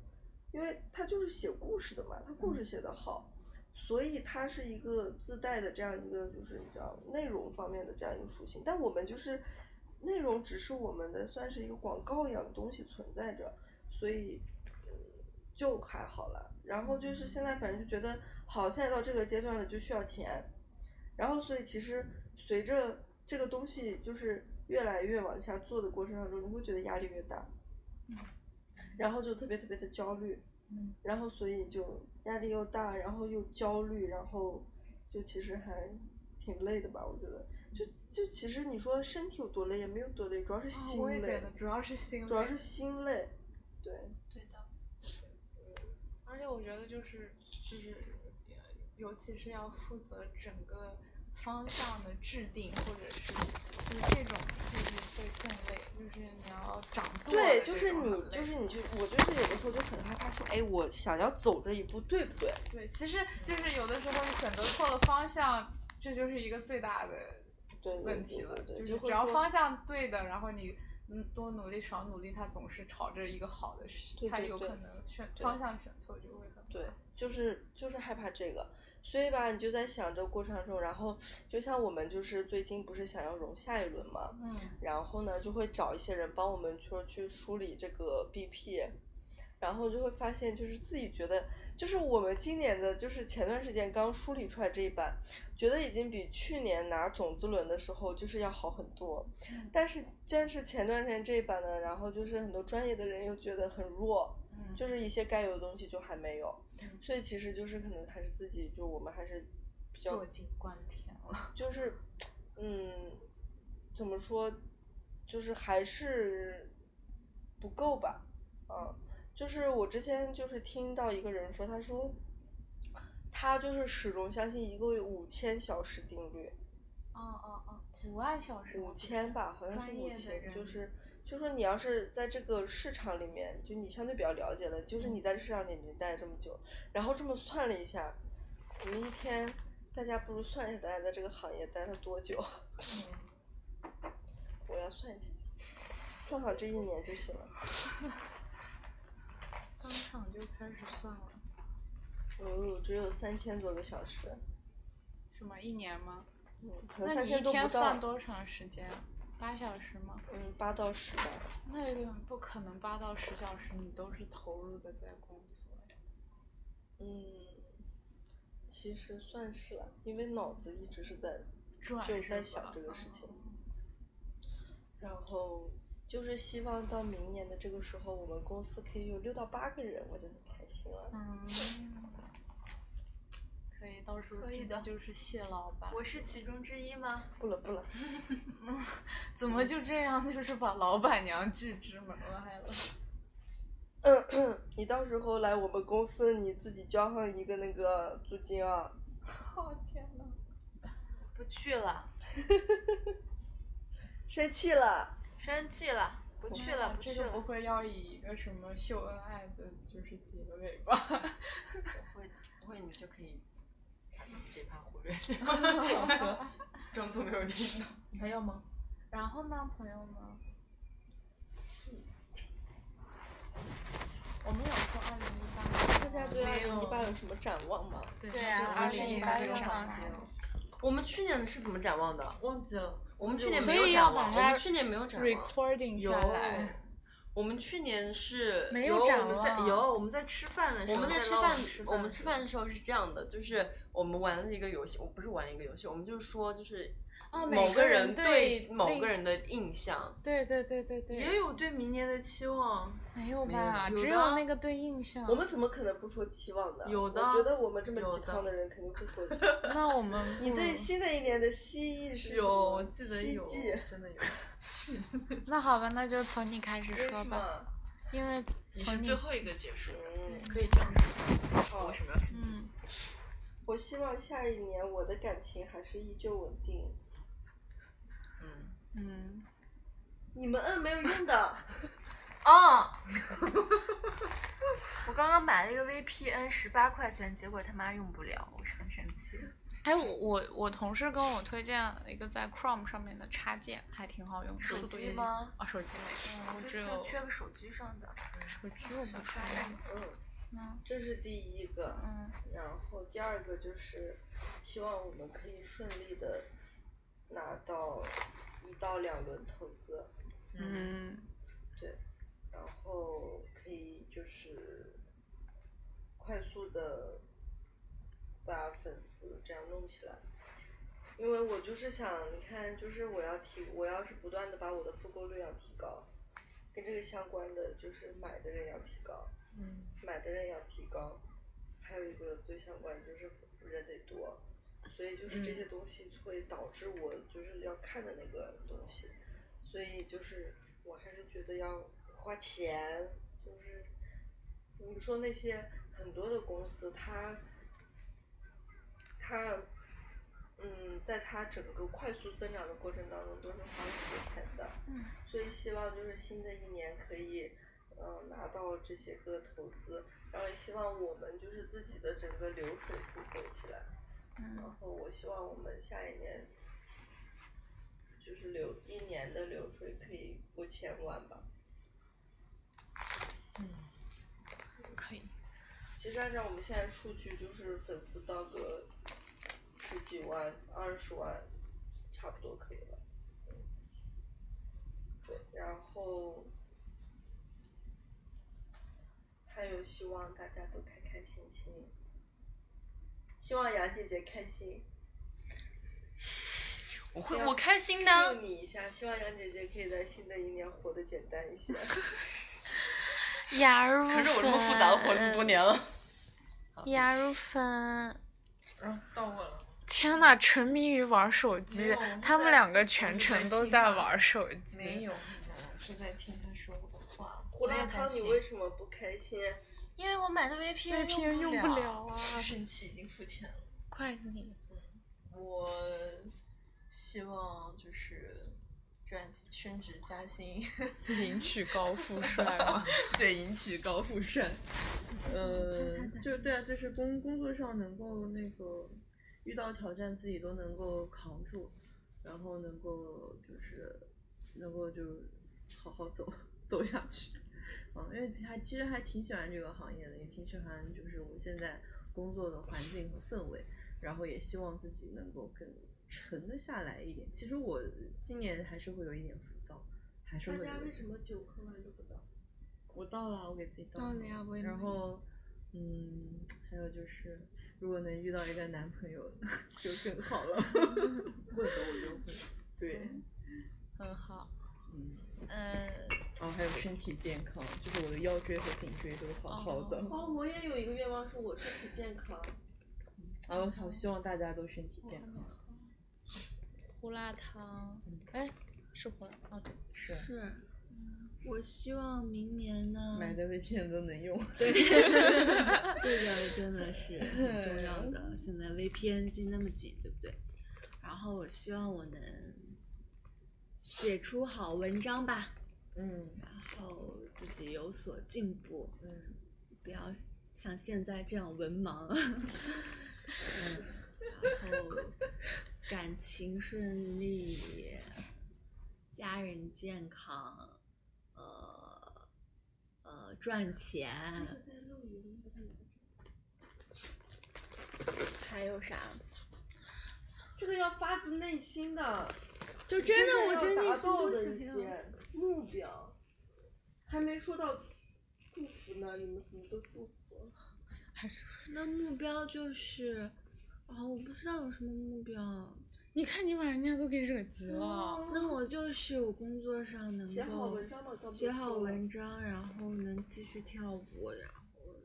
S6: 因为他就是写故事的嘛，他故事写得好。所以它是一个自带的这样一个就是你知道内容方面的这样一个属性，但我们就是内容只是我们的算是一个广告一样的东西存在着，所以嗯就还好了。然后就是现在反正就觉得好，现在到这个阶段了就需要钱，然后所以其实随着这个东西就是越来越往下做的过程当中，你会觉得压力越大，然后就特别特别的焦虑，
S4: 嗯
S6: 然后所以就压力又大，然后又焦虑，然后就其实还挺累的吧，我觉得。就就其实你说身体有多累也没有多累，主要是
S4: 啊
S6: 心
S4: 我也
S6: 累
S4: 觉，得主要是心
S6: 主要
S4: 累
S6: 是心累，对，
S4: 对的。而且我觉得就是就是，呃尤其是要负责整个方向的制定，或者是就是这种制定会更累，就是你要掌舵的
S6: 对，
S4: 这
S6: 就是
S4: 种
S6: 你
S4: 很累
S6: 就是你去，我就是有的时候就很害怕说，哎，我想要走这一步对不对？
S4: 对，其实就是有的时候你选择错了方向，这就是一个最大的
S6: 对对
S4: 问
S6: 对
S4: 题了
S6: 对
S4: 就
S6: 对。就是会
S4: 只要
S6: 说
S4: 方向对的，然后你嗯多努力少努力，它总是朝着一个好的事
S6: 对，
S4: 它
S6: 对
S4: 有
S6: 对
S4: 可能选
S6: 对
S4: 方向选错就会很
S6: 对
S4: 麻，
S6: 就是就是害怕这个，所以吧，你就在想这个过程当中，然后就像我们就是最近不是想要融下一轮嘛，
S4: 烦嗯。
S6: 然后呢，就会找一些人帮我们说去梳理这个 BP，然后就会发现，就是自己觉得，就是我们今年的，就是前段时间刚梳理出来这一版，觉得已经比去年拿种子轮的时候就是要好很多，但是但是前段时间这一版呢，然后就是很多专业的人又觉得很弱，
S4: 嗯
S6: 就是一些该有的东西就还没有，所以其实就是可能还是自己，就我们还是比较
S4: 坐井观天了。
S6: 就是，嗯，怎么说，就是还是不够吧，嗯，就是我之前就是听到一个人说，他说，他就是始终相信一个五千小时定律，
S4: 哦哦哦，五万小时吗。
S6: 五千吧，好像是
S4: 专
S6: 五
S4: 业的
S6: 千，就
S4: 人
S6: 是就说你要是在这个市场里面，就你相对比较了解了，就是
S4: 嗯
S6: 你在这市场里面待了这么久，然后这么算了一下，我们一天大家不如算一下大家在这个行业待了多久。
S4: 嗯
S6: 我要算一下，算好这一年就行了。
S4: 当场就开始算了，
S6: 哦，只有三千多个小时，
S4: 什么一年吗？
S6: 嗯，可能
S4: 那你
S6: 三
S4: 一
S6: 千都不
S4: 天算
S6: 到，
S4: 多长时间？啊八小时吗？
S6: 嗯，八到十吧。
S4: 那也不可能，八到十小时你都是投入的在工作呀。
S6: 嗯，其实算是了、因为脑子一直是在
S4: 转
S6: 就是在
S4: 吧
S6: 想这个事情。然后就是希望到明年的这个时候，我们公司可以有六到八个人，我就很开心了。
S4: 嗯，可以，到时候
S7: 可以
S4: 真
S7: 的
S4: 就是谢老板。
S7: 我是其中之一吗？
S6: 不了不了，
S4: 怎么就这样， 就是把老板娘拒之门外 了？
S6: 嗯 你到时候来我们公司，你自己交上一个那个租金啊。
S4: 哦天呐，
S7: 不
S2: 不去了，
S6: 生气了，
S2: 生气了，不去了，不
S4: 这
S2: 去
S4: 个
S2: 了。
S4: 不会要以一个什么秀恩爱的，就是结尾吧？
S8: 会不会你就可以把这趴忽 略掉，装作没有听到。
S3: 还要吗？
S4: 然后呢，朋友们？我们有说二零一八
S6: 大家对二零一八有什么展望吗？
S3: 对
S2: 对啊，
S4: 二
S2: 二
S4: 零
S2: 零
S4: 一
S2: 一
S4: 八
S2: 八
S4: 这
S2: 又
S4: 个
S2: 忘
S4: 展
S2: 记了
S4: 望，
S8: 我们去年的是怎么展望的？忘记了。我们去年
S4: 所
S8: 没有
S4: 以要
S8: 展
S4: 把
S8: 望，我
S4: 它
S8: 们去年没有展望。
S4: recording
S8: 有
S4: 下来。，
S8: 我们去年是
S4: 没
S5: 有
S4: 有展
S5: 我们在
S4: 望
S5: 哦有我们在吃饭的时
S8: 我
S5: 候，
S8: 们在
S5: 在
S8: 吃
S5: 唠
S8: 饭
S5: 吃，
S8: 我们吃
S5: 时
S8: 饭的时候是这样的，就是我们玩了一个游戏，我不是玩了一个游戏，我们就是说就是
S4: 哦每
S8: 某
S4: 个人
S8: 人
S4: 对
S8: 某
S4: 另
S8: 个人的印象，
S4: 对对对对对，哎
S5: 候也有对明年的期望，
S4: 没有
S8: 没
S4: 吧？
S5: 有
S4: 只
S5: 的
S4: 有
S5: 啊
S4: 那个对印象。
S6: 我们怎么可能不说期望的？
S5: 有的
S6: 我觉得我们这么
S5: 有
S6: 鸡
S5: 的嗯
S6: 汤的人肯定会说。
S4: 那我们
S6: 你
S4: 不
S6: 对
S4: 如
S6: 新的一年的希冀是什
S5: 有
S6: 么
S5: 我记得
S6: 希
S5: 有
S6: 冀
S5: 真的有。
S4: 那好吧，那就从你开始
S6: 为
S4: 说
S6: 什
S4: 吧，
S6: 么？
S4: 因为
S5: 你是
S4: 从你
S5: 最后一个结束的，
S6: 嗯，
S5: 可以这样说。我
S6: 好
S5: 为。什么要看你
S4: 嗯，
S6: 我希望下一年我的感情还是依旧稳定。
S5: 嗯，
S4: 嗯，
S6: 你们嗯摁没有用的，
S2: 哦， 我刚刚买了一个 VPN，十八块钱，结果他妈用不了，我是很生气。
S4: 哎，我我我同事跟我推荐了一个在 Chrome 上面的插件，还挺好用的。
S2: 手机吗？
S4: 啊，手机
S7: 嗯
S4: 没有，
S2: 我
S4: 我只
S2: 就
S4: 有
S2: 是缺个手机上的，
S4: 手机我
S2: 想
S4: 不
S2: 刷
S4: 刷。
S2: 一次
S6: 嗯，
S4: 嗯
S6: 这是第一个。
S4: 嗯，
S6: 然后第二个就是，希望我们可以顺利的拿到一到两轮投资，
S4: 嗯，
S6: 然后可以就是快速的把粉丝这样弄起来。因为我就是想，你看，就是我要提，我要是不断的把我的复购率要提高，跟这个相关的就是买的人要提高，
S5: 嗯，
S6: 买的人要提高，还有一个最相关的就是人得多，所以就是这些东西会导致我就是要看的那个东西，所以就是我还是觉得要花钱，就是你说那些很多的公司，它它嗯，在它整个快速增长的过程当中都是花了很多钱的，
S4: 嗯，
S6: 所以希望就是新的一年可以。嗯，拿到这些个投资，然后也希望我们就是自己的整个流水可以走起来。
S4: 嗯
S6: 然后我希望我们下一年就是流一年的流水可以过千万吧。
S4: 嗯可以。
S6: 其实按照我们现在数据，就是粉丝到个十几万、二十万，差不多可以了。嗯对，然后还有希望大家都开开心心，希望杨姐姐开心。
S3: 我会，我开
S2: 嗯
S3: 心的。
S8: 啊
S6: 祝你一下，希望杨姐姐可以在新的一年活得简单 一些。
S4: 雅儿
S3: 可是我这么复杂的活这
S4: 嗯
S3: 么多年了。
S4: 雅如粉，
S5: 然后到我了。
S4: 天呐，沉迷于玩手
S5: 没
S4: 机
S5: 有我们，
S4: 他们
S5: 在
S4: 两个
S5: 我
S4: 全
S5: 们
S4: 程
S5: 在
S4: 都
S5: 听
S4: 在
S5: 他
S4: 玩手机。
S5: 没有，我是在听他说我的话。
S6: 胡辣汤，你为什么不开心？
S2: 因为我买的
S4: 那
S2: VPN
S4: 篇用不了啊！
S5: 生气已经付钱了。
S4: 怪你，
S5: 我希望就是赚升职加薪，
S4: 迎娶高富帅吗？
S5: 对，迎娶高富帅。呃，
S4: 嗯
S5: 就是对啊，就是工工作上能够那个遇到挑战自己都能够扛住，然后能够就是能够就好好走走下去。嗯，因为还其实还挺喜欢这个行业的，也挺喜欢就是我现在工作的环境和氛围，然后也希望自己能够更沉得下来一点。其实我今年还是会有一点浮躁，还是
S6: 大
S5: 会有
S6: 家
S5: 一
S6: 为
S5: 点
S6: 什么酒喝完就不倒？
S5: 我到了，啊我给自己倒
S7: 到了呀我也
S5: 然
S7: 没
S5: 后，嗯，还有就是，如果能遇到一个男朋友，就更好 了。会的，我就会。对，
S7: 嗯
S4: 很好，
S5: 嗯，
S4: 嗯，
S5: 哦，还有身体 健康，就是我的腰椎和颈椎都好好的。
S6: 哦，我也有一个愿望，是我身体健康。
S5: 然后，好希望大家都身体健康。
S4: 胡辣汤，哎，是胡辣啊？对，
S5: 是，
S7: 是，
S2: 嗯
S7: 我希望明年
S4: 嗯
S7: 呢，
S5: 买的 VPN 都能用。
S7: 这个真的是很重要的。现在 VPN 进那么紧，对不对？
S2: 然后我希望我能写出好文章吧，
S9: 嗯
S2: 然后自己有所进步，
S9: 嗯，
S2: 不要像现在这样文盲。 嗯，然后感情顺利，家人健康，呃呃赚钱，还有啥？
S6: 这个要发自内心的，
S2: 就真的，我
S6: 真
S2: 真
S6: 的要
S2: 的
S6: 达到的一
S2: 啊
S6: 些目标，还没说到祝福呢，你们怎么都祝福？
S2: 那目标就是，啊，我不知道有什么目标。
S8: 你看你把人家都给惹急了，
S2: 哦那我就是我工作上能够
S6: 嗯写好文章嘛，刚不是
S2: 写好
S6: 说了
S2: 文章，然后能继续跳舞，然后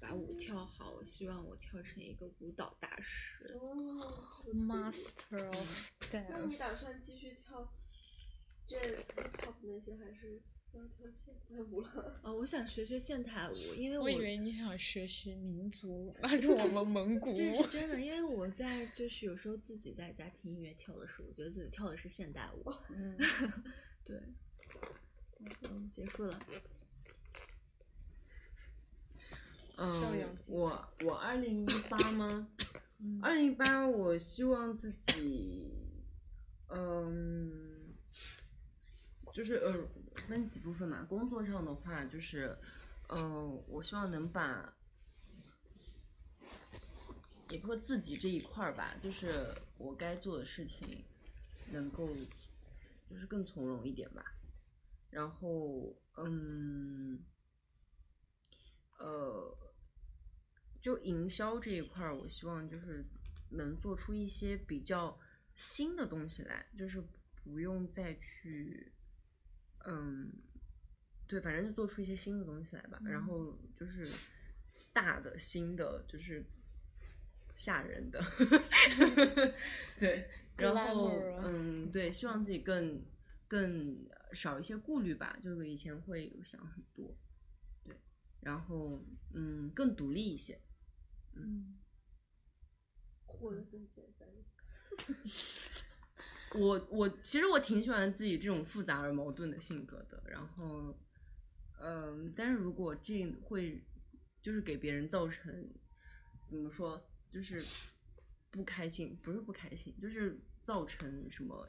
S2: 把舞跳好。我希望我跳成一个舞蹈大师。
S6: 哦
S8: ，Master of
S6: 那 你打
S8: Dance。
S6: 算继续跳 jazz、hip hop 那些，还是要跳现代舞了？
S2: 啊、我想学学现代舞，因为
S8: 我以为你想学习民族 舞，那是我们蒙古
S2: 这
S8: 舞
S2: 是。真的，因为我在就是有时候自己在家听音乐跳的时候，我觉得自己跳的是现代舞。
S3: 嗯，
S2: 对，嗯，结束了。
S8: 教
S3: 嗯
S8: 养，机
S3: 我我二零一八吗？二零一八，我希望自己，嗯，就是呃，分几部分嘛。工作上的话，就是，嗯、我希望能把，也不说自己这一块儿吧，就是我该做的事情，能够，就是更从容一点吧。然后，嗯，呃，就营销这一块儿，我希望就是能做出一些比较新的东西来，就是不用再去，嗯，对，反正就做出一些新的东西来吧。然后就是大的、新的，就是吓人的， 对。然后，
S8: Glamorous
S3: 嗯，对，希望自己更更少一些顾虑吧，就是以前会有想很多，对，然后嗯，更独立一些，
S6: 活得更简单。
S3: 我我其实我挺喜欢自己这种复杂而矛盾的性格的，然后，嗯，但是如果这会就是给别人造成怎么说，就是不开心，不是不开心，就是造成什么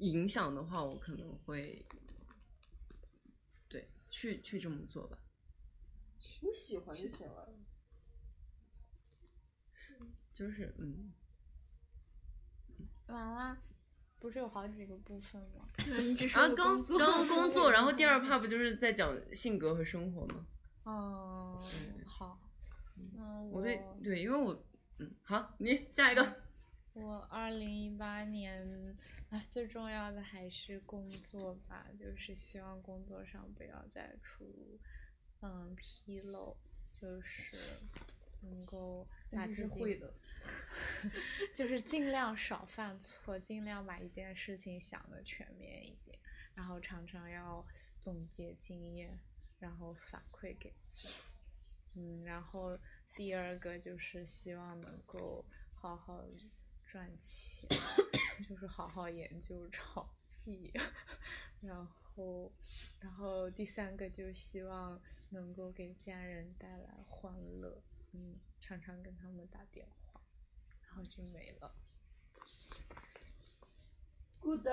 S3: 影响的话，我可能会对去去这么做吧。
S6: 你喜欢就行了。
S3: 就是嗯，
S8: 完了，不是有好几个部分吗？
S2: 对你只是
S3: 啊，
S2: 我
S3: 刚
S2: 工作
S3: 刚 工作，然后第二 part 不就是在讲性格和生活吗？
S4: 哦
S8: 嗯，好，嗯，
S3: 我
S1: 哦
S3: 对对，因为我嗯，好，你下一个。
S8: 我二零一八年，哎，最重要的还是工作吧，就是希望工作上不要再出嗯纰漏，就是能够把自己
S6: 的。
S8: 就是尽量少犯错，尽量把一件事情想的全面一点，然后常常要总结经验，然后反馈给自己。嗯，然后第二个就是希望能够好好赚钱， 就是好好研究炒币，然后，然后第三个就是希望能够给家人带来欢乐，嗯，常常跟他们打电话。然后就没了。
S6: Good，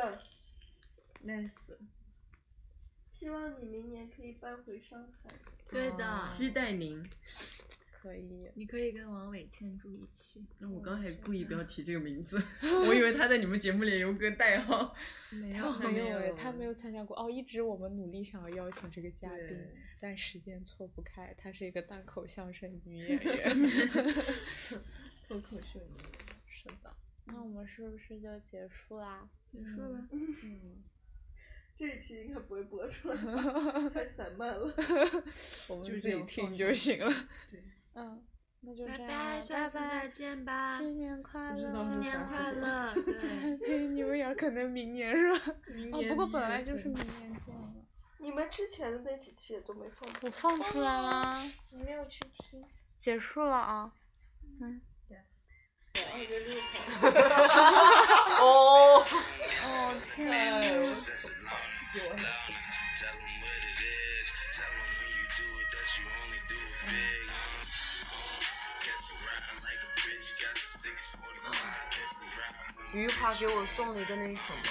S8: Nice，
S6: 希望你明年可以搬回上海。
S2: 对的，
S3: 期待您。
S8: 可以。
S2: 你可以跟王伟倩住一起。嗯
S3: 那我刚才故意不要提这个 名字，我以为他在你们节目里有个代号。
S2: 没有，
S8: 他 没有哎，他
S3: 有
S8: 没有参加过哦。一直我们努力想要邀请这个嘉宾
S3: 对，
S8: 但时间错不开。他是一个单口相声女演 员。
S2: 脱口秀演员
S8: 是的，那我们是不是就结束 啦？
S2: 结束了。
S8: 嗯，
S6: 这一期应该不会播出来吧， 太散漫了。
S8: 我们
S3: 就这
S8: 自己
S3: 样
S8: 听
S3: 放
S8: 就
S3: 着
S8: 行了。 嗯，那就
S2: 拜
S8: 这样，
S2: 拜，下次再
S8: 拜
S2: 见吧。
S8: 新年快
S3: 知
S8: 乐，
S3: 道
S2: 新年快乐，对，
S8: 乐！ 你们也可能明年是吧？哦，不过本来就是明年见了。
S6: 你们之前的那几期也都没放出
S8: 我放出来啦，
S6: 你没有去听。
S8: 嗯结束了啊。
S10: 二月六号，
S1: 哦，
S8: 哦天，
S11: Catch
S1: 余华给我送了一个那个什么，